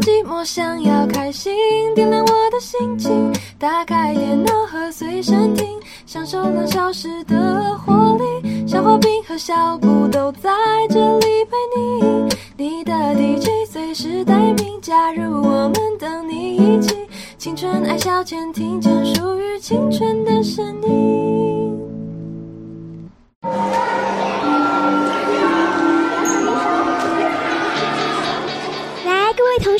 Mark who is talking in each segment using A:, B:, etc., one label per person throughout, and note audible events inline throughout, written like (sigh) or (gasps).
A: 寂寞，想要开心，点亮我的心情，打开电脑和随身听，享受两小时的活力。小花瓶和小布都在这里陪你，你的 DJ 随时待命，加入我们，等你一起。青春爱消遣，听见属于青春的声音。
B: 来，各位同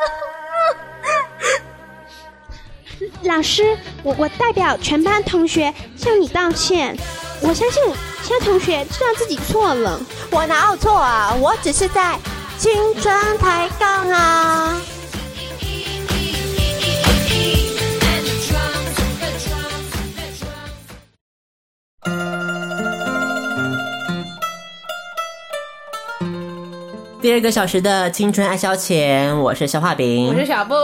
B: 啊！老师，我我代表全班同学向你道歉。我相信现在同学知道自己错了。
C: 我哪有错啊？我只是在青春抬杠啊！
D: 第二个小时的青春爱消遣，我是消化饼，
E: 我是小布，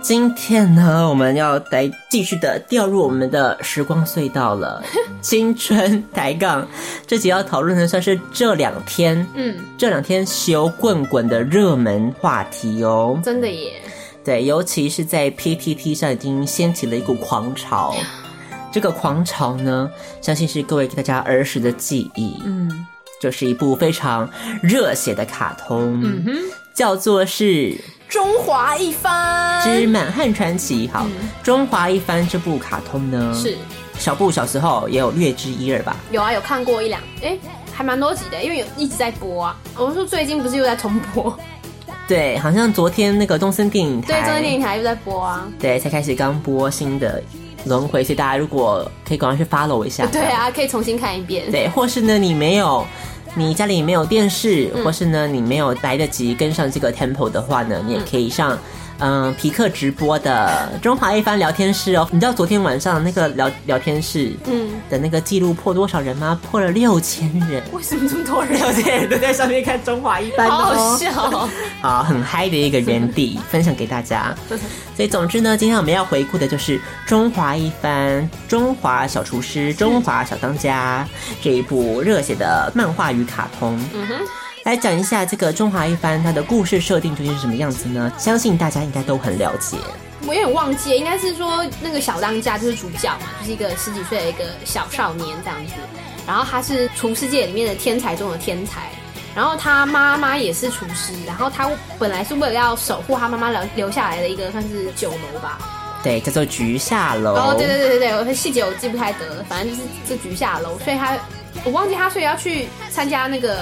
D: 今天呢，我们要来继续的掉入我们的时光隧道
E: (laughs)
D: 了。青春抬杠，这集要讨论的算是这两天，
E: 嗯，
D: 这两天修棍棍的热门话题哦。
E: 真的耶，
D: 对，尤其是在 PTT 上已经掀起了一股狂潮。这个狂潮呢，相信是各位大家儿时的记忆。
E: 嗯
D: 就是一部非常热血的卡通，
E: 嗯哼，
D: 叫做是
E: 中华
D: 《
E: 一番嗯
D: 之满汉传奇》。好，中华一番》这部卡通呢，
E: 是
D: 小布小时候也有略知一二吧？
E: 有啊，有看过一两，哎，还蛮多集的，因为有一直在播啊。我说最近不是又在重 (laughs) 播，
D: 对，好像昨天那个东森电影台，
E: 对，中央电影台又在播啊。
D: 对才开始刚播新的轮回，所以大家如果可以赶快去 follow 一下。
E: 对，啊，可以重新看一遍。
D: 对，或是呢你没有。你家里没有电视，或是呢你没有来得及跟上这个 tempo 的话呢，你也可以上，嗯、皮克直播的中华一番聊天室哦。你知道昨天晚上那个聊聊天室，
E: 嗯，
D: 的那个记录破多少人吗？破了六千人，
E: 为什么这么多人？
D: 六千人都在上面看中华一番
E: 好 (laughs) 好
D: 哦，
E: 笑哦，
D: 好，很嗨的一个园
E: (laughs)
D: 地，分享给大家。所以总之呢，今天我们要回顾的就是《中华一番》《中华小厨师》《中华小当家》这一部热血的漫画与卡通。嗯
E: 哼。
D: 来讲一下这个《中华一番》它的故事设定究竟是什么样子呢？相信大家应该都很了解。
E: 我有点忘记了，应该是说那个小当家就是主角嘛，就是一个十几岁的一个小少年这样子。然后他是厨师界里面的天才中的天才，然后他妈妈也是厨师，然后他本来是为了要守护他妈妈留留下来的一个算是酒楼吧。
D: 对，叫做菊下楼。
E: 哦，对对对对对，我细节我记不太得了，反正就是这局下楼，所以他我忘记他所以要去参加那个，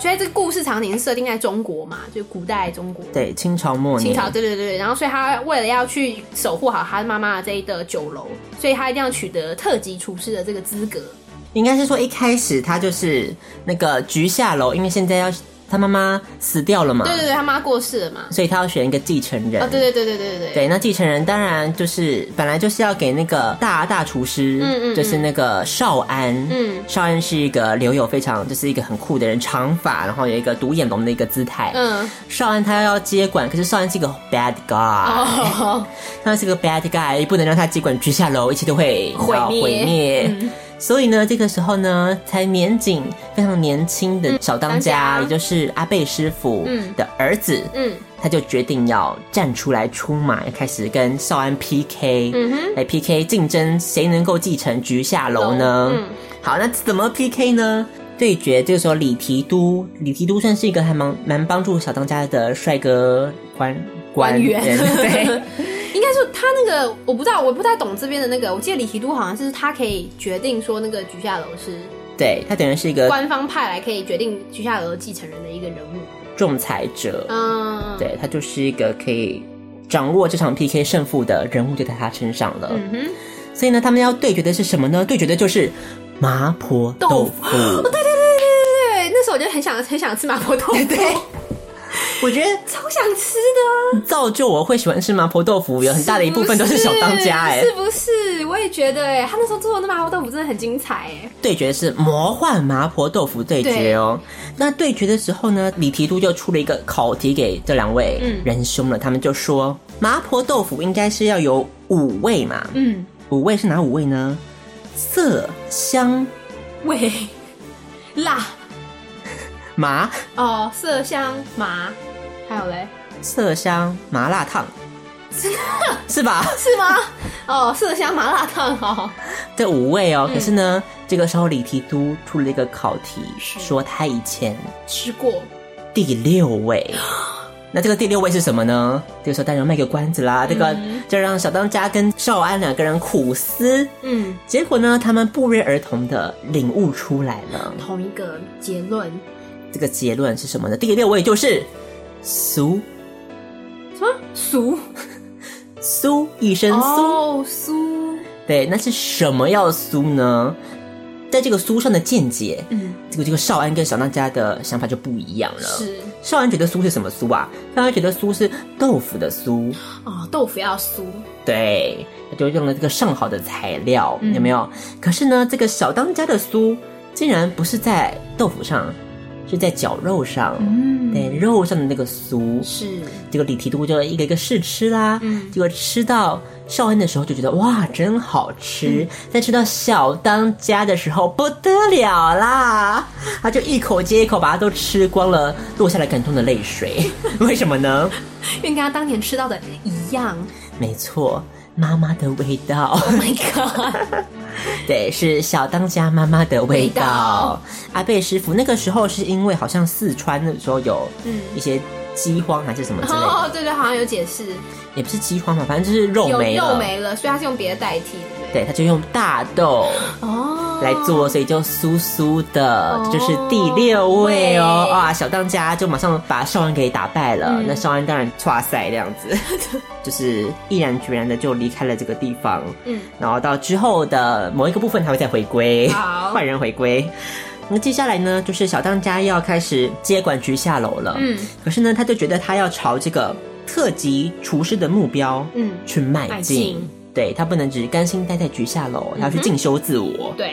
E: 所以这个故事场景是设定在中国嘛，就古代中国。
D: 对清朝末
E: 清
D: 年。
E: 朝对对对，然后所以他为了要去守护好他妈妈的这一个酒楼，所以他一定要取得特级厨师的这个资格。
D: 应该是说一开始他就是那个菊下楼，因为现在要他妈妈死掉了嘛，
E: 对对对，他妈过世了嘛？
D: 所以他要选一个继承人。
E: 哦，对对对对对对对，
D: 对，那继承人当然就是本来就是要给那个大大厨师，
E: 嗯嗯嗯
D: 就是那个少安，
E: 嗯
D: 少安是一个留有非常就是一个很酷的人，长发，然后有一个独眼龙的一个姿态。
E: 嗯，
D: 少安他要接管，可是少安是一个 bad guy，、
E: 哦，
D: 他是个 bad guy，不能让他接管居下楼，一切都会你
E: 毁灭嗯
D: 知道毁灭。所以呢，这个时候呢，才年仅非常年轻的小当家，
E: 当家
D: 也就是阿贝师傅
E: 嗯
D: 的儿子，
E: 嗯，
D: 他就决定要站出来出马，开始跟少安 PK，、
E: 嗯哼
D: 来 PK 竞争，谁能够继承菊下楼呢？
E: 嗯
D: 好，那怎么 PK 呢？对决这个时候，李提督，李提督算是一个还蛮蛮帮助小当家的帅哥官
E: 官员 (laughs)
D: 对，
E: 应该说他那个我不知道，我不太懂这边的那个，我记得李提督好像是他可以决定说那个局下楼是
D: 对他等于是一个
E: 官方派来可以决定居下俄继承人的一个人物。
D: 仲裁者，
E: 嗯，，
D: 对他就是一个可以掌握这场 PK 胜负的人物，就在他身上了。
E: 嗯哼，
D: 所以呢，他们要对决的是什么呢？对决的就是麻婆豆腐。
E: 对，那时候我就很想很想吃麻婆豆腐，
D: 对我觉得
E: 超想吃的啊、
D: 造就我会喜欢吃麻婆豆腐，有很大的一部分都是小当家哎、
E: 是不是？我也觉得哎、他那时候做的那麻婆豆腐真的很精彩哎、
D: 对决是魔幻麻婆豆腐对决哦。那对决的时候呢，李提督就出了一个考题给这两位
E: 嗯
D: 仁兄了，他们就说麻婆豆腐应该是要有五味嘛，
E: 嗯，
D: 五味是哪五味呢？色香
E: 喂，辣
D: 麻
E: 哦，色香麻，还有嘞，
D: 色香麻辣
E: (laughs)
D: 烫，是吧？
E: 是吗？哦，色香麻辣烫哦，
D: 这五味
E: 嗯
D: 哦。可是呢，这个时候李提督出了一个考题，说他以前
E: 吃过，
D: 第六位。那这个第六位是什么呢？这个时候当然卖个关子啦，这个就让小当家跟少安两个人苦思。
E: 嗯，
D: 结果呢，他们不约而同的领悟出来了，
E: 同一个结论，
D: 这个结论是什么呢？第六位就是苏
E: 什么俗
D: 苏一身苏。
E: 哦苏，
D: 对，那是什么要苏呢？在这个苏上的见解，
E: 嗯，
D: 这个这个少安跟小当家的想法就不一样了。
E: 是
D: 少安觉得苏是什么苏啊？少安觉得苏是豆腐的苏，
E: 哦，豆腐要酥，
D: 对，他就用了这个上好的材料，
E: 嗯
D: 有没有？可是呢，这个小当家的酥竟然不是在豆腐上，是在绞肉上，
E: 嗯
D: 对，肉上的那个酥。
E: 是
D: 这个李提督就一个一个试吃啦，
E: 嗯
D: 结果吃到少恩的时候就觉得哇，真好吃。
E: 嗯
D: 但吃到小当家的时候不得了啦，他就一口接一口把它都吃光了，落下了感动的泪
E: (laughs)
D: 水。为什么呢？
E: 因为跟他当年吃到的一样。
D: 没错，妈妈的味道。
E: Oh my god！
D: 对，是小当家妈妈的味道。
E: 味道
D: 阿贝师傅那个时候是因为好像四川那时候有
E: 嗯
D: 一些饥荒还是什么之类的，
E: (laughs) 哦，对对，好像有解释，
D: 也不是饥荒嘛，反正就是肉
E: 有
D: 哦没了。
E: 肉没了，所以他是用别的代替，对不对？
D: 对，他就用大豆
E: 哦，
D: 来做，所以就酥酥的，
E: 哦
D: 这就是第六位哦。
E: 喂嗯
D: 哇，小当家就马上把少安给打败了。那少安当然哇塞这样子， (laughs) 就是毅然决然的就离开了这个地方。
E: 嗯，
D: 然后到之后的某一个部分，他会再回归，
E: 好
D: 坏人回归。那接下来呢，就是小当家要开始接管局下楼了。
E: 嗯，
D: 可是呢，他就觉得他要朝这个特级厨师的目标，
E: 嗯
D: 去迈
E: 迈
D: 进。
E: 进嗯
D: 对他不能只甘心待在局下楼，他要去进修自我。
E: 对，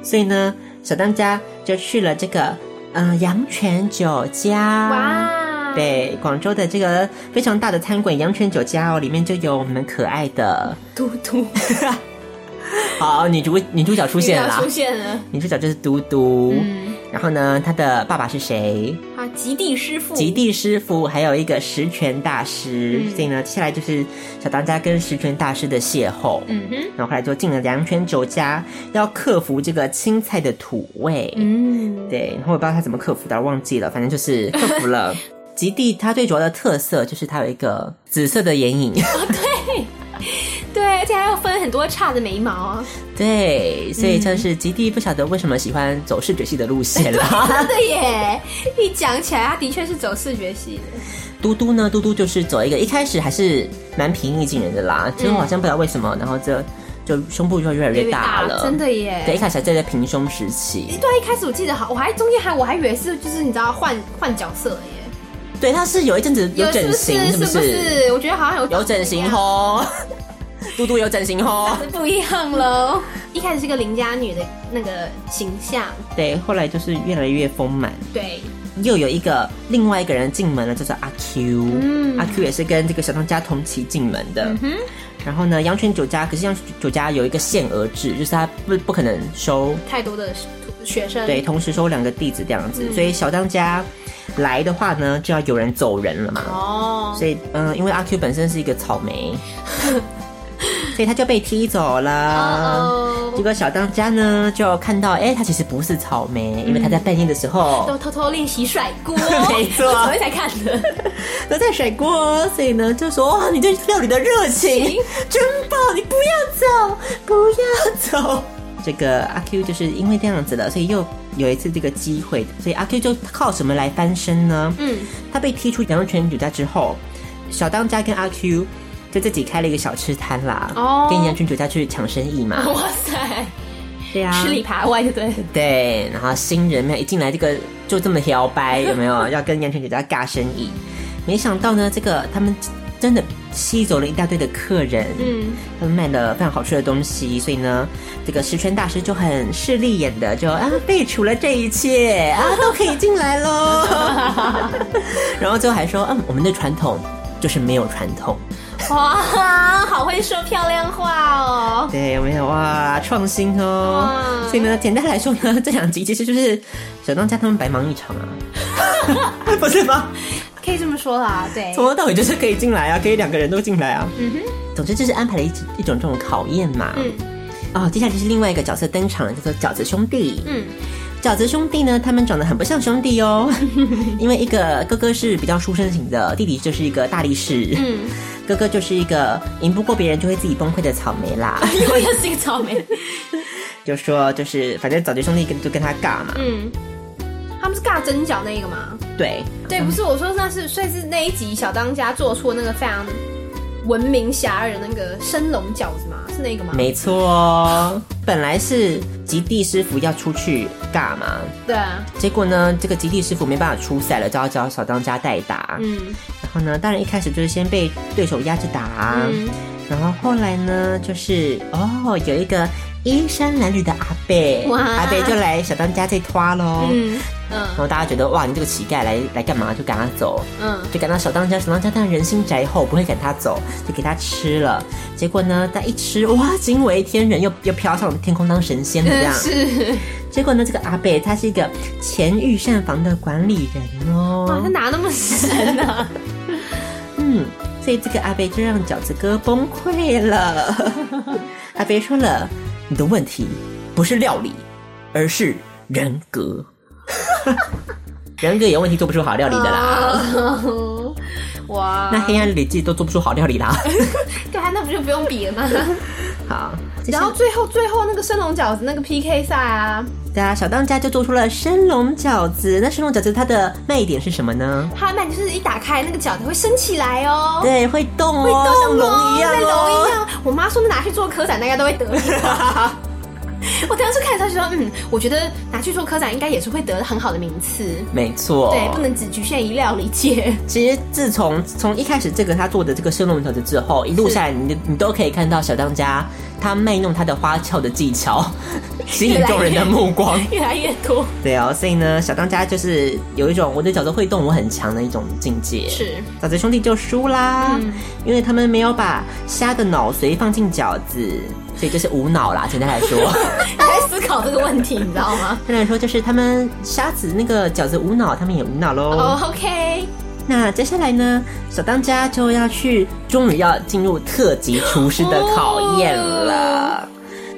D: 所以呢，小当家就去了这个呃阳泉酒家。
E: 哇，，
D: 啊对，广州的这个非常大的餐馆阳泉酒家哦，里面就有我们可爱的
E: 嘟
D: (laughs)
E: 嘟
D: 好，女主女主角出现了
E: 出
D: 啦，
E: 现了，
D: 女主角就是嘟嘟。
E: 嗯，
D: 然后呢，她的爸爸是谁？
E: 啊，极地师傅，
D: 极地师傅，还有一个十全大师。
E: 嗯
D: 所以呢，接下来就是小当家跟十全大师的邂逅。
E: 嗯哼，
D: 然后后来就进了两泉酒家，要克服这个青菜的土味。
E: 嗯，
D: 对，然后我不知道他怎么克服的，忘记了，反正就是克服
E: (laughs)
D: 了。极地它最主要的特色就是它有一个紫色的眼影，
E: 对，而且还要分很多叉的眉毛啊，
D: 对，所
E: 嗯
D: 以像是极地不晓得为什么喜欢走视觉系的路线
E: (laughs)
D: 啦。
E: 真的耶！一讲起来，他的确是走视觉系的，
D: 嘟嘟呢，嘟嘟就是走一个一开始还是蛮平易近人的啦，之后好像不知道为什么，然后这就胸部就越来越大了，
E: 真。的耶！
D: 对，一开始还在在平胸时期，
E: 对，一开始我记得好，我还中间还我还以为是就是你知道换换角色了耶，
D: 对，他是有一阵子有整形，
E: 是
D: 是不
E: 不是？是？我觉得好像有
D: 有整形
E: (laughs)
D: 哦，嘟嘟有整形哦。
E: 不一样喽。一开始是个邻家女的那个形象，
D: 对，后来就是越来越丰满，
E: 对，
D: 又有一个另外一个人进门了，叫做阿 Q，、
E: 嗯
D: 阿 Q 也是跟这个小当家同期进门的。
E: 哼
D: 然后呢，阳泉酒家，可是阳泉酒家有一个限额制，就是他不不可能收
E: 太多的学生，
D: 对，，同时收两个弟子这样子，
E: 嗯
D: 所以小当家来的话呢，就要有人走人了嘛。
E: 哦，
D: 所以，嗯、因为阿 Q 本身是一个草莓，
E: (laughs)
D: 所以他就被踢走了。
E: 哦
D: 结果小当家呢，就看到，哎、他其实不是草莓，因为他在半夜的时候
E: 都偷偷练习甩锅，
D: 没错
E: 我昨天才看的， (laughs)
D: 都在甩锅，所以呢，就说，哇，你对料理的热情
E: 行
D: 真棒，你不要走，不要走。这个阿 Q 就是因为这样子了，所以又有一次这个机会，所以阿 Q 就靠什么来翻身呢？
E: 嗯，
D: 他被踢出羊肉圈酒家之后，小当家跟阿 Q 就自己开了一个小吃摊啦，
E: 哦
D: 跟羊肉圈酒家去抢生意嘛。
E: 哇塞，
D: 对啊，
E: 吃里扒外，对不对？
D: 对，然后新人没有一进来，这个就这么摇摆，有没有？要跟杨泉姐家尬生意，没想到呢，这个他们真的吸走了一大堆的客人，
E: 嗯，
D: 他们卖了非常好吃的东西，所以呢，这个石泉大师就很势利眼的就啊废除了这一切啊，都可以进来喽，然后最后还说，嗯，我们的传统就是没有传统。
E: 哇，好会说漂亮话哦。
D: 对，有没有哇？创新哦！
E: 哇
D: 所以呢，简单来说呢，这两集其实就是小当家他们白忙一场啊， (laughs) 不是吗？
E: 可以这么说啦，对
D: 从头到尾就是可以进来啊，可以两个人都进来啊。嗯哼。总之就是安排了一一种这种考验嘛。嗯。哦，接下来就是另外一个角色登场了，叫做饺子兄弟。
E: 嗯，
D: 饺子兄弟呢，他们长得很不像兄弟哦， (laughs) 因为一个哥哥是比较书生型的，弟弟就是一个大力士。嗯。哥哥就是一个赢不过别人就会自己崩溃的草莓啦。
E: 因 (laughs) 为又是一个草莓。
D: 就说就是反正早就兄弟跟就跟他尬嘛，
E: 嗯，他们是尬针脚那一个吗？
D: 对
E: 对，不是我说那是，所以是那一集小当家做出那个非常闻名遐迩的那个生龙饺子吗？是那个吗？
D: 没错哦。本来是极地师傅要出去尬嘛，
E: 对啊，
D: 结果呢，这个极地师傅没办法出赛了，就要找小当家代打。
E: 嗯
D: 然后呢，当然一开始就是先被对手压着打，
E: 嗯，
D: 然后后来呢，就是哦，有一个衣衫褴褛的阿贝，
E: 哇
D: 阿贝就来小当家这拖喽。
E: 嗯
D: 然
E: 嗯
D: 后大家觉得哇，你这个乞丐来来干嘛？就赶他走。
E: 嗯，
D: 就赶到小当家，小当家当然人心窄厚，不会赶他走，就给他吃了。结果呢，他一吃，哇，惊为天人，又又飘上天空当神仙了这
E: 真
D: 样。
E: (laughs) 是
D: 结果呢，这个阿贝他是一个前御膳房的管理人
E: 哇，他
D: 哦，
E: 哪那 (laughs) 么神呢、啊？
D: 嗯，所以这个阿贝就让饺子哥崩溃 (laughs) 了。阿贝说了，你的问题不是料理，而是人格。 (laughs) 人格有问题，做不出好料理的 (laughs) 啦。
E: (laughs) 哇，
D: 那黑暗里自己都做不出好料理 (laughs) 啦。
E: 对啊，那不就不用比
D: (laughs)
E: 了吗？
D: 好，接下来
E: 然后最后最后那个生龙饺子那个 PK 赛啊，
D: 对啊，小当家就做出了生龙饺子。那生龙饺子它的卖点是什么呢？
E: 它的卖点就是一打开那个饺子会升起来哦，
D: 对，会动哦，
E: 会动
D: 像龙一样
E: 跟
D: 哦
E: 龙一。样。我妈说拿去做科展，大概都会得意 (laughs) 吧。我当时看的时候就说，嗯，我觉得拿去做科展应该也是会得很好的名次。
D: 没错，
E: 对，不能只局限于料理界。
D: 其实自从从一开始这个他做的这个生龙饺子之后，一路下来你，你都可以看到小当家他卖弄他的花俏的技巧， (laughs) 吸引众人的目光。
E: 越来越多
D: 对哦，所以呢，小当家就是有一种我的饺子会动，我很强的一种境界。
E: 是，嗯
D: 饺子兄弟就输啦，因为他们没有把虾的脑髓放进饺子，所以就是无脑啦。简单来
E: (laughs)
D: 说，
E: 你在思考这个问题，你知道吗？
D: 简单来说就是他们虾子那个饺子无脑，他们也无脑喽。
E: 哦、o k
D: 那接下来呢，小当家就要去，终于要进入特级厨师的考验
E: 哦
D: 了。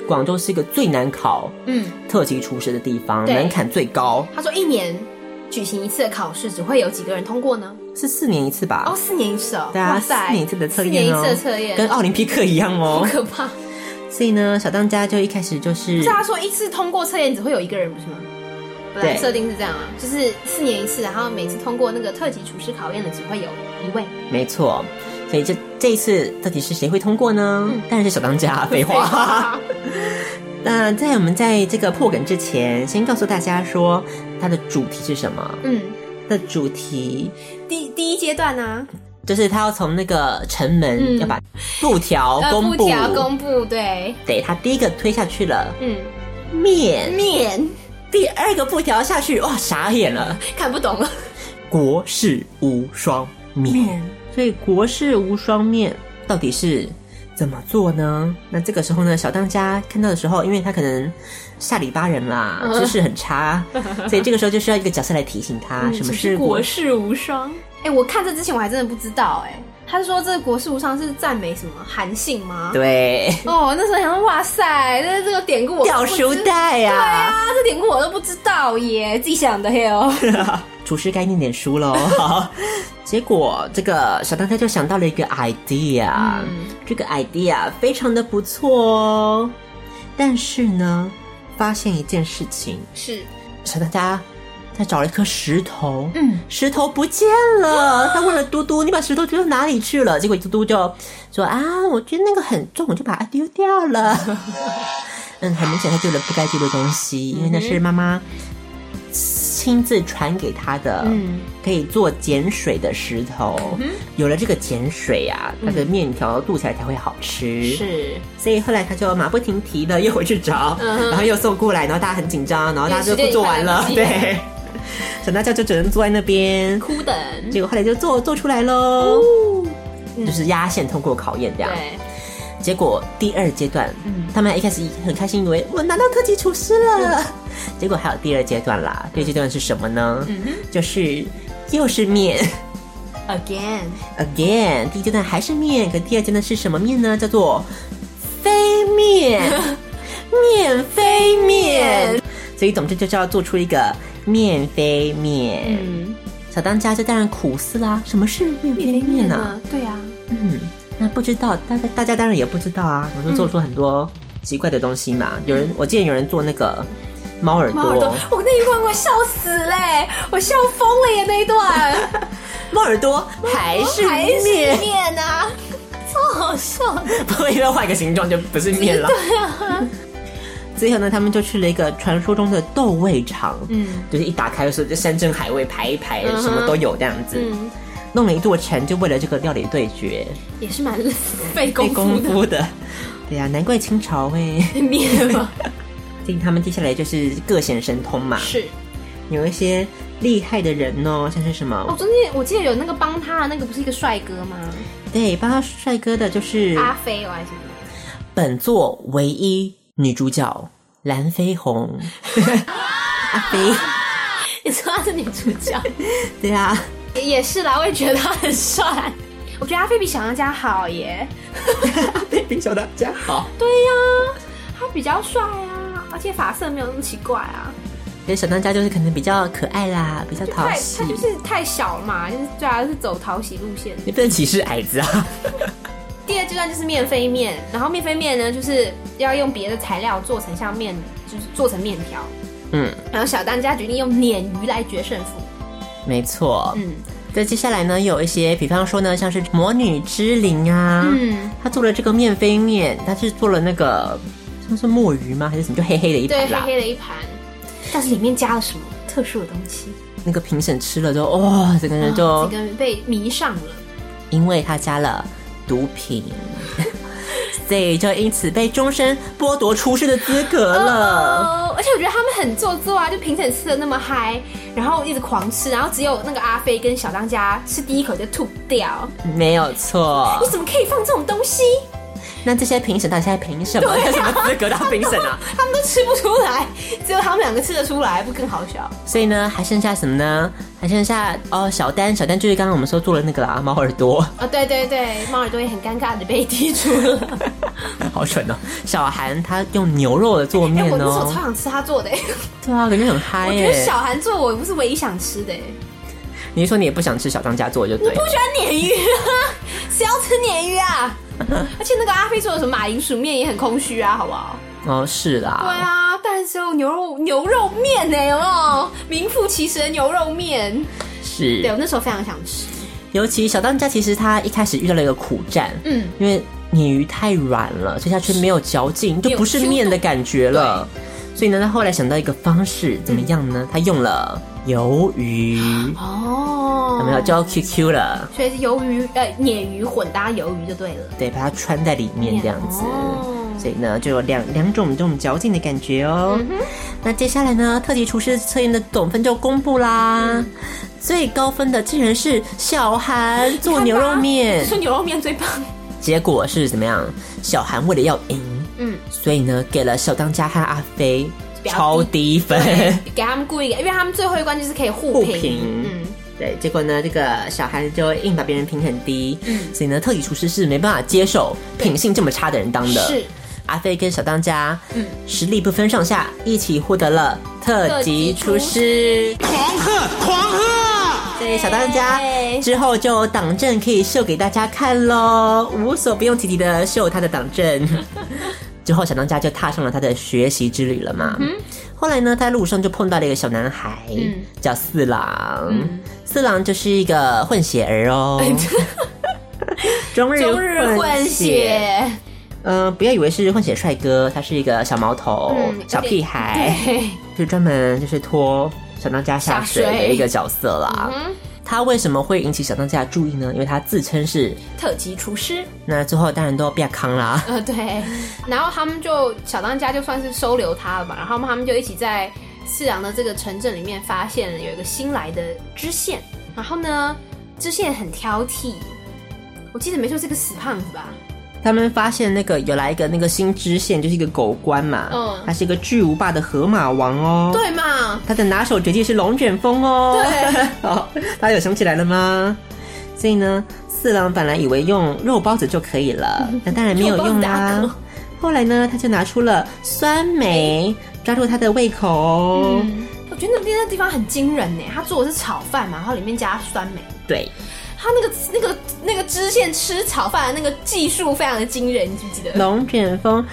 D: 广州是一个最难考
E: 嗯，
D: 特级厨师的地方，
E: 对
D: 门槛最高，
E: 他说一年举行一次的考试，只会有几个人通过呢？
D: 是四年一次吧？
E: 哦，四年一次哦，
D: 对啊，
E: 哇
D: 四
E: 塞，
D: 年一次的测
E: 四年
D: 验
E: 一
D: 哦，
E: 次的测验，
D: 跟奥林匹克一样
E: 好
D: 哦。
E: (laughs) 可
D: (laughs)
E: 怕。
D: 所以呢，小当家就一开始就是
E: 是他啊说一次通过测验只会有一个人，不是吗？本来
D: 对
E: 设定是这样啊，就是四年一次，然后每次通过那个特级厨师考验的只会有一位。
D: 没错，所以这这一次到底是谁会通过呢？
E: 嗯
D: 当然是小当家，废话。 (laughs) 那在我们在这个破梗之前，先告诉大家说它的主题是什么。
E: 嗯，
D: 的主题
E: 第第一阶段啊呢、
D: 就是他要从那个城门、
E: 嗯
D: 要把布条
E: 呃，
D: 哦公
E: 布
D: 布，
E: 条公布，对，
D: 对他第一个推下去了
E: 嗯，
D: 面，
E: 面
D: 第二个布条下去，哇，傻眼了，
E: 看不懂了，
D: 国士无双面。所以国士无双面到底是怎么做呢？那这个时候呢，小当家看到的时候，因为他可能下里巴人啦，
E: 嗯
D: 知识很
E: (laughs)
D: 差，所以这个时候就需要一个角色来提醒
E: 嗯
D: 他啊什么是国士。
E: 士无双。哎、我看这之前我还真的不知道、哎，他说这个国士无双是赞美什么韩信吗？。
D: 对，
E: 哦，那时候想说，哇塞，这这个典故我
D: 掉
E: 都不知
D: 书袋呀、
E: 对啊，这典故我都不知道耶，自己想的嘿 (laughs) 哦。
D: 厨师该念点书喽。好 (laughs) 结果这个小当家就想到了一个 idea，、这个 idea 非常的不错哦。但是呢，发现一件事情，
E: 是
D: 小当家他找了一颗石头，
E: 嗯，
D: 石头不见
E: (gasps)
D: 了。他问了嘟嘟：“你把石头丢到哪里去了？”结果嘟嘟就说：“啊，我觉得那个很重，我就把它丢掉
E: (laughs)
D: 了。”嗯，很明显他丢了不该丢的东西，
E: 嗯
D: 因为那是妈妈亲自传给他的，
E: 嗯，
D: 可以做碱水的石头。有了这个碱水啊，
E: 嗯
D: 他的面条剁起来才会好吃。。
E: 是，
D: 所以后来他就马不停蹄的又回去找，然后又送过来，然后大家很紧张，然后大家就
E: 因
D: 都
E: 为时间
D: 做完了
E: 已，经来不
D: (laughs)
E: 及
D: 对。小大家就只能坐在那边，
E: 枯等，
D: 结果后来就做做出来喽，就是压线通过考验这样。
E: 对，
D: 结果第二阶段，他们一开始很开心，以为我拿到特级厨师了。 (laughs) 结果还有第二阶段啦，第二阶段是什么呢？就是又是面
E: again，
D: again，第一阶段还是面，可第二阶段是什么面呢？叫做飞
E: (laughs)
D: 面，面飞面。所以总之就是要做出一个面飞面。
E: 嗯，
D: 小当家就当然苦思啦，什么是面飞面呢、
E: 啊，对啊，
D: 嗯，那不知道，大家大家当然也不知道啊，我就做出很多
E: 嗯
D: 奇怪的东西嘛。有人，我记得有人做那个猫耳朵，
E: 猫耳朵，我那一段我笑死嘞，我笑疯了耶那一段，
D: 猫耳朵还是
E: 还是
D: 面，
E: 面啊， (laughs) 超好笑的，
D: 我以为换一个形状就不是面了。对啊。最后呢，他们就去了一个传说中的斗味场，嗯，就是一打开的时候就山珍海味排一排，什么都有这样子，
E: 嗯，
D: 弄了一座城，就为了这个料理对决，
E: 也是蛮
D: 费
E: 费功夫的
D: 夫的。对呀、啊难怪清朝
E: (laughs)
D: 会，
E: 面
D: (laughs)
E: 嘛，
D: 所以他们接下来就是各显神通嘛，
E: (laughs) 是。
D: 有一些厉害的人哦，像是什么？
E: 哦，中间我记得有那个帮他的那个不是一个帅哥吗？
D: 对，帮他帅哥的就是
E: 阿飞，我还记得。
D: 本作唯一女主角蓝飞
E: (laughs)
D: 鸿，阿飞，
E: 你说她是女主 (laughs) 角，
D: 对啊，
E: 也也是啦，我也觉得他很帅。我觉得阿飞比小当家好耶。
D: 阿飞比小当家好。
E: 对呀、他比较帅啊，而且发色没有那么奇怪啊。
D: 因为小当家就是可能比较可爱啦，比较讨
E: 太
D: 喜
E: 他。就是太小了嘛，就是对啊，是走讨喜路线。
D: 你不能歧视矮子啊！
E: 第二阶段就是面飞面，然后面飞面呢，就是要用别的材料做成像面，就是做成面条。
D: 嗯，
E: 然后小当家决定用鲶鱼来决胜负。
D: 没错。
E: 嗯
D: 那接下来呢，有一些，比方说呢，像是魔女之灵啊，
E: 嗯，
D: 她做了这个面飞面，她是做了那个，像是墨鱼吗？还是什么？就黑黑的一
E: 对，
D: 盘
E: 黑
D: 啦。
E: 黑的一盘，但是里面加了什么特殊的东西，
D: 那个评审吃了之后，哇、整个人就、
E: 啊整个人被迷上了。
D: 因为他加了毒品，所以就因此被终身剥夺厨师的资格了。
E: 呃，而且我觉得他们很做作啊，就评审吃的那么嗨，然后一直狂吃，然后只有那个阿飞跟小当家吃第一口就吐掉。
D: 没有错
E: 你，怎么可以放这种东西？
D: 那这些评审到底在评什么？
E: 啊
D: 有什么资格当评审啊？
E: 他们都吃不出来，只有他们两个吃得出来，不更好笑？
D: 所以呢，还剩下什么呢？还剩下哦，小丹，小丹就是刚刚我们说做了那个啦，猫耳朵，
E: 啊，对对对，猫耳朵也很尴尬的被踢出了。
D: 好蠢哦。小韩他用牛肉的做
E: 哎、
D: 面
E: 我那时候超
D: 哦，
E: 想吃他做的、哎 (laughs)
D: 对啊，感觉很嗨
E: 我觉得
D: 耶。
E: 小韩做我不是唯一想吃的、哎
D: 你是说你也不想吃小当家做的就对了，
E: 不喜欢鲶鱼啊，谁要吃鲶鱼啊？ (laughs) 而且那个阿飞做的什么马铃薯面也很空虚啊，好不好？
D: 哦是啦，
E: 对啊，但是有牛肉牛肉面呢、有没有名副其实的牛肉面？
D: 是
E: 对我那时候非常想吃，
D: 尤其小当家，其实他一开始遇到了一个苦战，
E: 嗯，
D: 因为鲶鱼太软了，所以它却没有嚼劲，就不是面的感觉了。所以呢，他后来想到一个方式，怎么样呢？他用了鱿鱼，
E: 哦
D: 有没有就要 QQ 了？
E: 所以是鱿鱼呃鲶鱼混搭鱿鱼就对了。
D: 对，把它穿在里面这样子。
E: 哦
D: 所以呢，就有两两种这种嚼劲的感觉哦。那接下来呢，特级厨师测验的总分就公布啦。最高分的竟然是小韩做牛肉面，
E: 说牛肉面最棒，
D: 结果是怎么样？小韩为了要赢，
E: 嗯，
D: 所以呢，给了小当家和阿飞
E: 比较
D: 超低分，
E: 给他们故意给，因为他们最后一关就是可以互
D: 不
E: 评，
D: 平。
E: 嗯，
D: (laughs) 对，结果呢，这个小韩就硬把别人评很低，
E: 嗯
D: 所以呢，特级厨师是没办法接受品性这么差的人当的。
E: 是
D: 阿飞跟小当家，
E: 嗯
D: 实力不分上下，一起获得了特级厨师。狂贺狂贺！对，小当家
E: 耶
D: 之后就党
E: (laughs)
D: 证可以秀给大家看喽，无所不用其极的秀他的党证。之后，小当家就踏上了他的学习之旅了嘛。
E: 嗯
D: 后来呢，他在路上就碰到了一个小男孩，叫四郎。
E: 嗯
D: 四郎就是一个混血儿
E: (laughs)
D: 哦， (laughs) 中日
E: 中日混血，
D: 嗯、不要以为是混血帅哥，他是一个小毛头、
E: 嗯
D: 小屁孩，
E: 对，
D: 就是专门就是拖小当家下水
E: 下水
D: 的一个角色啦。
E: 嗯
D: 他为什么会引起小当家的注意呢？因为他自称是
E: 特级厨师，
D: 那最后当然都要变康啦。
E: (laughs) 呃，对。然后他们就小当家就算是收留他了吧，然后他们就一起在四郎的这个城镇里面发现了有一个新来的知县，然后呢，知县很挑剔，我记得没错是个死胖子吧？
D: 他们发现那个有来一个那个新知县，就是一个狗官嘛，
E: 嗯
D: 他是一个巨无霸的河马王哦。。
E: 对嘛？
D: 他的拿手绝技是龙卷风哦。对， (laughs) 好，大家有想起来了吗？所以呢，四郎本来以为用肉包子就可以了，那当然没有用啦、
E: 嗯
D: 啊
E: 肉包子打嗝
D: 后来呢，他就拿出了酸梅，抓住他的胃口哦。
E: 我觉得那边那地方很惊人呢，他做的是炒饭嘛，然后里面加酸梅。
D: 对，
E: 他那个那个那个知县吃炒饭的那个技术非常的惊人，你记不记得？
D: 龙卷风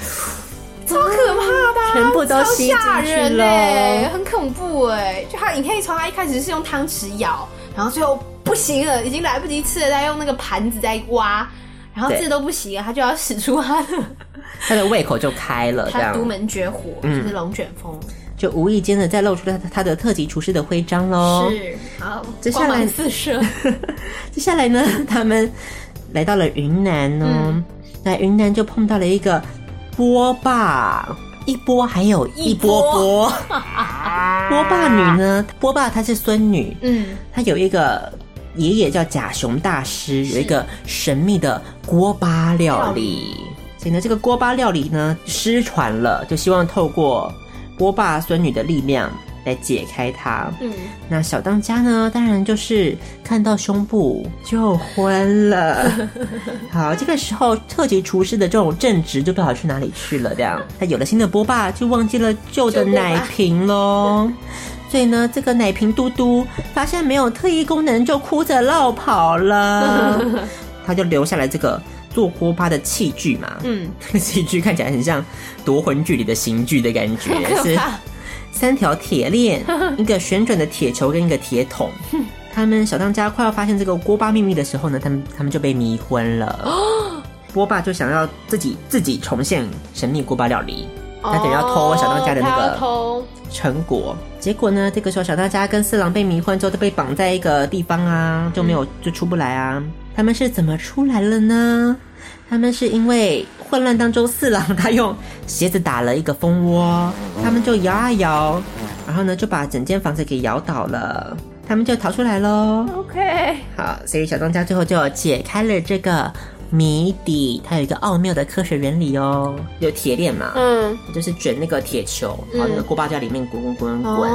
E: 超可怕的啊、
D: 全部都吸进去了
E: 超吓人欸很恐怖哎、就他，你可以从他一开始是用汤匙舀，然后最后不行了，已经来不及吃了，再用那个盘子再挖，然后
D: 对
E: 这都不行了，他就要使出他的
D: 他的胃口就开了，这
E: 他
D: 样
E: 独门绝活，
D: 嗯
E: 就是龙卷风。
D: 就无意间的再露出了他他的特级厨师的徽章喽。
E: 是，好，
D: 接下来
E: 光芒四射，
D: (laughs) 接下来呢， (laughs) 他们来到了云南哦，那云南就碰到了一个波霸，一波还有一波波。 (laughs) 波霸女呢，波霸她是孙女，
E: 嗯，
D: 她有一个爷爷叫贾雄大师，有一个神秘的锅巴料理。所以呢，这个锅巴料理呢失传了，就希望透过波霸孙女的力量来解开它。
E: 嗯，
D: 那小当家呢，当然就是看到胸部就昏了。好，这个时候特级厨师的这种正职就不知道去哪里去了。这样，他有了新的波霸，就忘记了旧的奶瓶喽。所以呢，这个奶瓶嘟嘟发现没有特异功能，就哭着绕跑了。他就留下来这个做锅巴的器具嘛，嗯，那个 (laughs) 器具看起来很像夺魂锯里的刑具的感觉，是三条铁链，一个旋转的铁球跟一个铁桶。他们小当家快要发现这个锅巴秘密的时候呢，他们他们就被迷昏了。波霸就想要自己自己重现神秘锅巴料理，
E: 哦
D: 他等于要偷小当家的那
E: 哦他
D: 个
E: 要偷，
D: 成果。结果呢，这个时候小当家跟四郎被迷昏之后，都被绑在一个地方啊，就没有就出不来啊。他们是怎么出来了呢？他们是因为混乱当中，四郎他用鞋子打了一个蜂窝，他们就摇啊摇，然后呢就把整间房子给摇倒了，他们就逃出来喽。
E: OK，
D: 好，所以小当家最后就解开了这个谜底，它有一个奥妙的科学原理哦，有铁链嘛，
E: 嗯，
D: 就是卷那个铁球，然后那个锅巴就在里面滚滚滚滚，就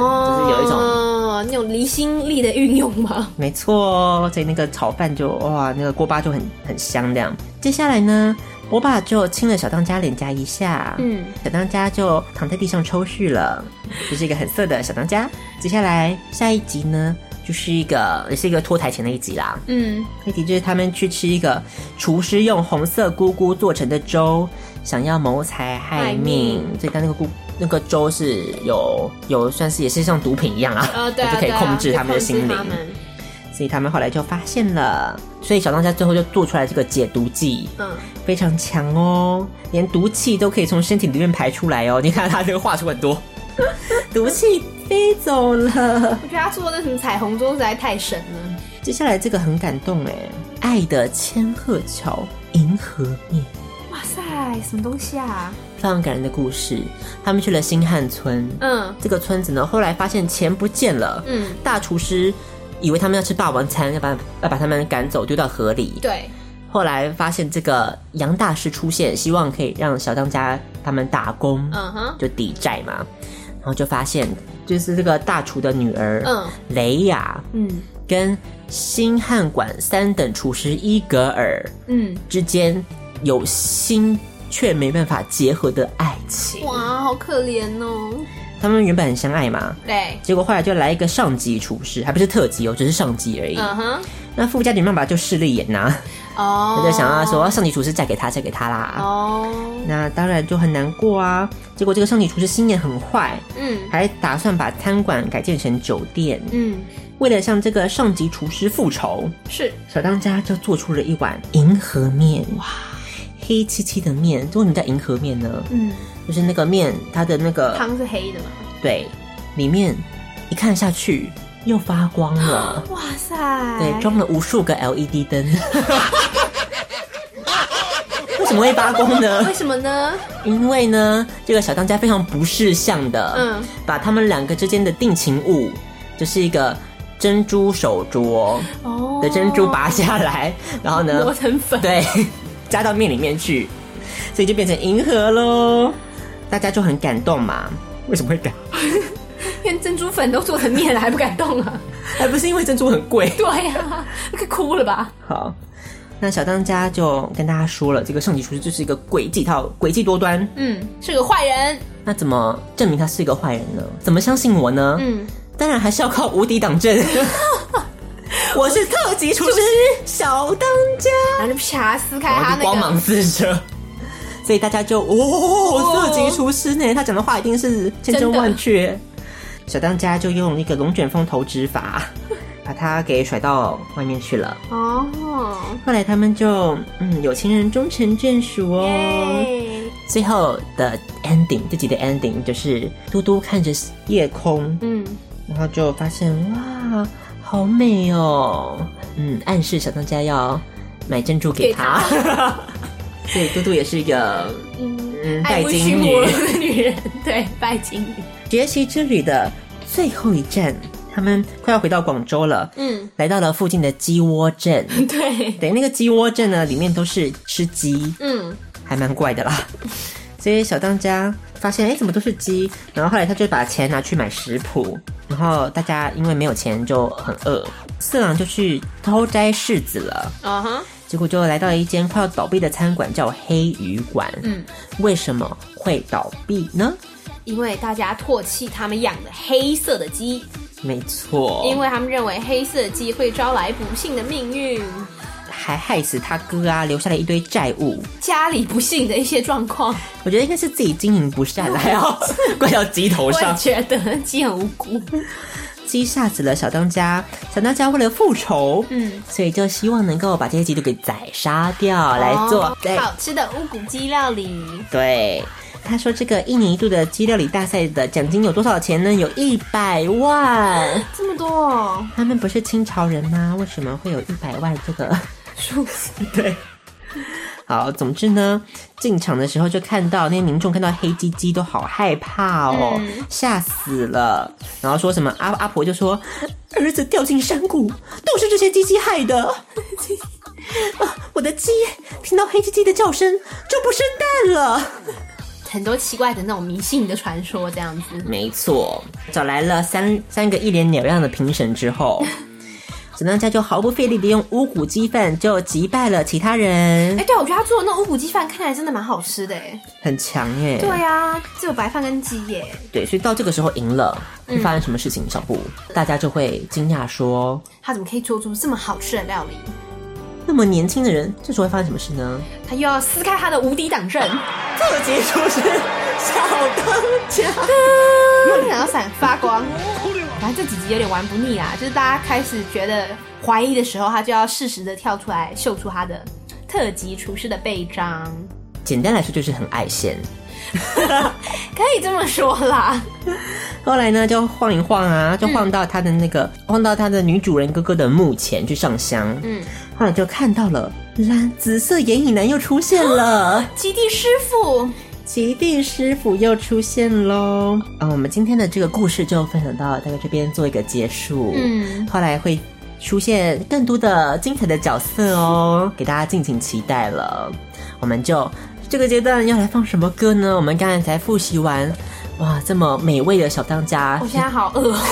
D: 是有一种。
E: 哦那种离心力的运用嘛，
D: 没错哦，所以那个炒饭就哇，那个锅巴就很很香这样。接下来呢，我爸就亲了小当家脸颊一下，
E: 嗯，
D: 小当家就躺在地上抽搐了，就是一个很色的小当家。接下来下一集呢，就是一个也是一个脱台前的一集啦，
E: 嗯，
D: 那集就是他们去吃一个厨师用红色菇菇做成的粥，想要谋财害命
E: 害，
D: 所以他那个菇那个粥是有有算是也是像毒品一样啊，
E: 呃，对啊，
D: 就可以
E: 对啊
D: 控制他们的心
E: 可以
D: 灵
E: 控制，他们
D: 所以他们后来就发现了，所以小当家最后就做出来这个解毒剂，
E: 嗯，
D: 非常强哦，连毒气都可以从身体里面排出来哦，你看他这个画出很 (laughs) 多毒气飞走了。
E: 我觉得他做那什么彩虹粥实在太神了。
D: 接下来这个很感动哎，《爱的千鹤桥》银河面。
E: 哇塞，什么东西啊？
D: 非常感人的故事。他们去了新汉村，
E: 嗯
D: 这个村子呢，后来发现钱不见了。
E: 嗯，
D: 大厨师以为他们要吃霸王餐，要把要把他们赶走，丢到河里。
E: 对，
D: 后来发现这个杨大师出现，希望可以让小当家他们打工，
E: 嗯哼，
D: 就抵债嘛。然后就发现，就是这个大厨的女儿，
E: 嗯，
D: 雷雅
E: 嗯
D: 跟新汉馆三等厨师伊格尔
E: 嗯，
D: 之间有心却没办法结合的爱情。
E: 哇，好可怜哦。
D: 他们原本很相爱嘛，
E: 对，
D: 结果后来就来一个上级厨师，还不是特级哦，只是上级而已。
E: 嗯哼，
D: 那富家女爸爸就势利眼呐、
E: 哦，
D: 他就想要说啊上级厨师嫁给他，嫁给他啦。
E: 哦，
D: 那当然就很难过啊。结果这个上级厨师心也很坏，
E: 嗯
D: 还打算把餐馆改建成酒店。
E: 嗯，
D: 为了向这个上级厨师复仇，
E: 是
D: 小当家就做出了一碗银河面。哇，黑漆漆的面，这为什么叫银河面呢？
E: 嗯，
D: 就是那个面，它的那个
E: 汤是黑的嘛？
D: 对，里面一看下去又发光了，
E: 哇塞，
D: 对，装了无数个 LED 灯。 (laughs) 为什么会发光呢？
E: 为什么呢？
D: 因为呢，这个小当家非常不识相的，
E: 嗯
D: 把他们两个之间的定情物，就是一个珍珠手镯
E: 哦
D: 的珍珠拔下来，然后呢
E: (laughs) 磨，成粉，
D: 对，加到面里面去，所以就变成银河喽。大家就很感动嘛。为什么会感？
E: 连珍珠粉都做成面了，还不敢动 (laughs) 啊？
D: 还不是因为珍珠很贵。
E: 对呀、啊，快哭了吧？
D: 好，那小当家就跟大家说了，这个圣级厨师就是一个诡计套，诡计多端。
E: 嗯，是个坏人，
D: 那怎么证明他是一个坏人呢？怎么相信我呢？
E: 嗯，
D: 当然还是要靠无敌党 (laughs) 阵。我是特级厨师小当家，
E: 然后就啪撕开
D: 然
E: 他
D: 后就
E: 那
D: 光
E: 个
D: 芒四射。所以大家就哦，特级厨师呢，他讲的话一定是千真万确。小当家就用一个龙卷风投掷法，把他给甩到外面去了。
E: 哦，
D: 后来他们就嗯，有情人终成眷属哦。
E: 耶，
D: 最后的 ending，这集的 ending 就是嘟嘟看着夜空，
E: 嗯，
D: 然后就发现哇，好美哦，嗯，暗示小当家要买珍珠给他。 (laughs) 所以嘟嘟也是一个嗯
E: 爱
D: 拜
E: 不屈
D: 金
E: 魔
D: 女。
E: 的女人，对，拜金女，
D: 学习之旅的最后一站，他们快要回到广州了，
E: 嗯，
D: 来到了附近的鸡窝 (laughs) 镇。
E: 对，
D: 对，那个鸡窝镇呢，里面都是吃鸡，
E: 嗯，
D: 还蛮怪的啦。所以小当家发现，哎、怎么都是鸡？然后后来他就把钱拿去买食谱，然后大家因为没有钱就很饿，色狼就去偷摘柿子了。
E: 啊哈，
D: 结果就来到一间快要倒闭的餐馆，叫黑鱼馆。
E: 嗯，
D: 为什么会倒闭呢？
E: 因为大家唾弃他们养的黑色的鸡，
D: 没错，
E: 因为他们认为黑色的鸡会招来不幸的命运，
D: 还害死他哥啊，留下了一堆债务。
E: 家里不幸的一些状况。
D: 我觉得应该是自己经营不善，还要 (laughs) 怪到鸡头
E: 我也
D: 上。
E: 觉得鸡很无辜，
D: 鸡吓死了小当家，小当家为了复仇，
E: 嗯，
D: 所以就希望能够把这些鸡都给宰杀掉，来做
E: 哦
D: 对
E: 好吃的乌骨鸡料理。
D: 对。他说：“这个一年一度的鸡料理大赛的奖金有多少钱呢？有一百万。
E: 这么多、哦、
D: 他们不是清朝人吗？为什么会有一百万这个
E: 数字，
D: (laughs) 对。好，总之呢，进场的时候就看到那些民众看到黑鸡鸡都好害怕哦，
E: 嗯
D: 吓、死了。然后说什么阿阿婆就说儿子掉进山谷，都是这些鸡鸡害
E: (laughs)
D: 的。啊我的鸡听到黑鸡鸡的叫声就不生蛋了。
E: 很多奇怪的那种迷信的传说，这样子。
D: 没错，找来了三三个一脸鸟样的评审之后， (laughs) 小当家就毫不费力的用乌骨鸡饭就击败了其他人
E: 哎、，对，我觉得他做的那种乌骨鸡饭看起来真的蛮好吃的，哎。
D: 很强耶。
E: 对啊，只有白饭跟鸡耶。
D: 对，所以到这个时候赢了，会发生什么事情？小布，大家就会惊讶说：
E: 他怎么可以做出这么好吃的料理？
D: 那么年轻的人，这时候会发生什么事呢？
E: 他又要撕开他的无敌党阵，
D: 特级厨师小当家，
E: 然后闪发光。反正这几集有点玩不腻啊，就是大家开始觉得怀疑的时候，他就要适时的跳出来，秀出他的特级厨师的臂章，
D: (laughs) 简单来说就是很爱现。
E: 可以这么说啦。
D: 后来呢，就晃一晃啊，
E: 嗯
D: 就晃到他的那个，晃到他的女主人哥哥的墓前去上香。
E: 嗯，
D: 后来就看到了蓝紫色眼影男又出现
E: (gasps)
D: 了。
E: 基地师傅，
D: 极地师傅又出现喽！啊，我们今天的这个故事就分享到大概这边做一个结束。
E: 嗯
D: 后来会出现更多的精彩的角色哦，给大家敬请期待了。我们就这个阶段要来放什么歌呢？我们刚才才复习完，哇，这么美味的小当家
E: 我，现在好饿、哦，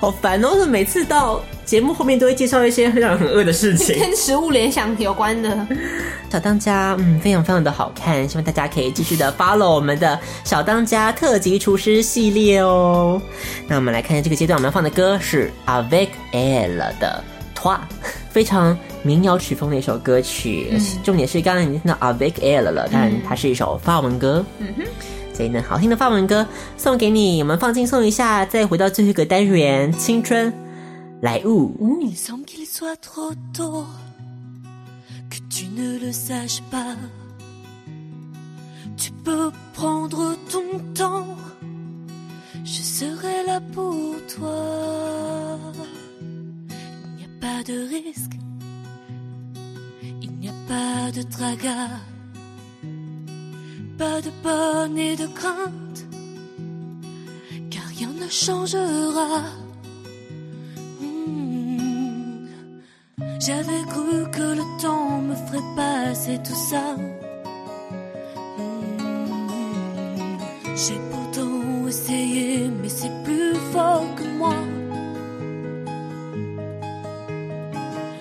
D: 好烦哦！每次到节目后面都会介绍一些让人很饿的事情。
E: 跟食物联想有关的。
D: (laughs) 小当家，嗯，非常非常的好看，希望大家可以继续的 follow 我们的小当家特级厨师系列哦。那我们来看这个阶段我们要放的歌是 Avec Elle 的《Toi》，非常民谣曲风的一首歌曲。重点是刚才已经听到 Avec Elle 了，但它是一首法文歌。嗯哼，所以呢，好听的法文歌送给你，我们放轻松一下，再回到最后一个单元——青春来物。
F: Il semble qu'il soit trop tôt, que tu ne le saches pas. Tu peux prendre ton temps, je serai là pour toi. Il n'y a pas de risque, il n'y a pas de tragas, pas de peur ni de crainte, car rien ne changera. Hmm. J'avais cru que le temps me ferait passer tout ça. Hmm. J'ai pourtant essayé, mais c'est plus fort que moi.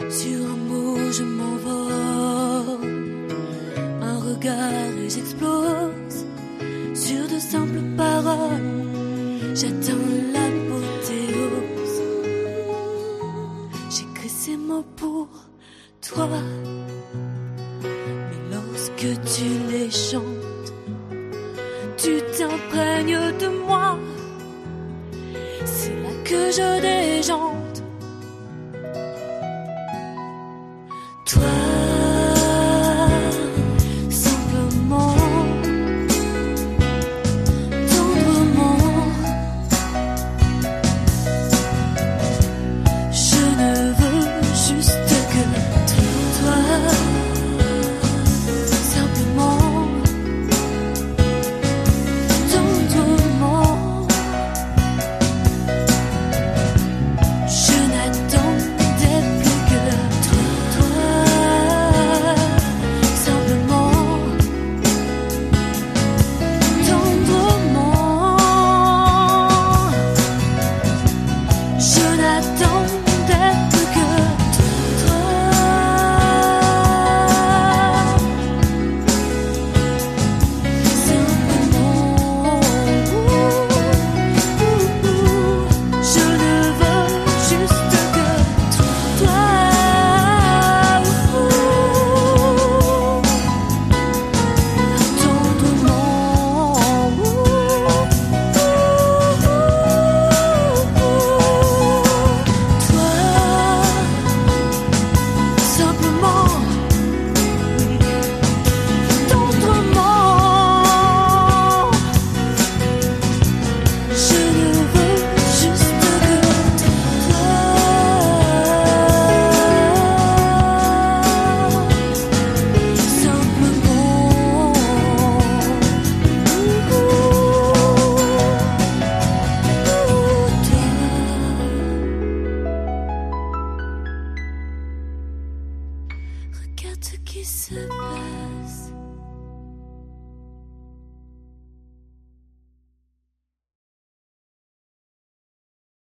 F: Sur un mot, je m'envole. Un regard et j'explose. Sur de simples paroles, j'atteins la l'apothéose. J'écris ces mots pour toi. Mais lorsque tu les chantes, tu t'imprègnes de moi. C'est là que je déjante. Toi, simplement, tendrement. Je ne veux juste que toi, simplement, tendrement. Je n'attendais plus que toi, toi, simplement, tendrement. Je n'attendais plus que toi. Simplement, je ne veux juste que toi. Tendrement. Toi, simplement, tendrement. Je ne veux juste que toi, simplement. Regarde ce qui se passe.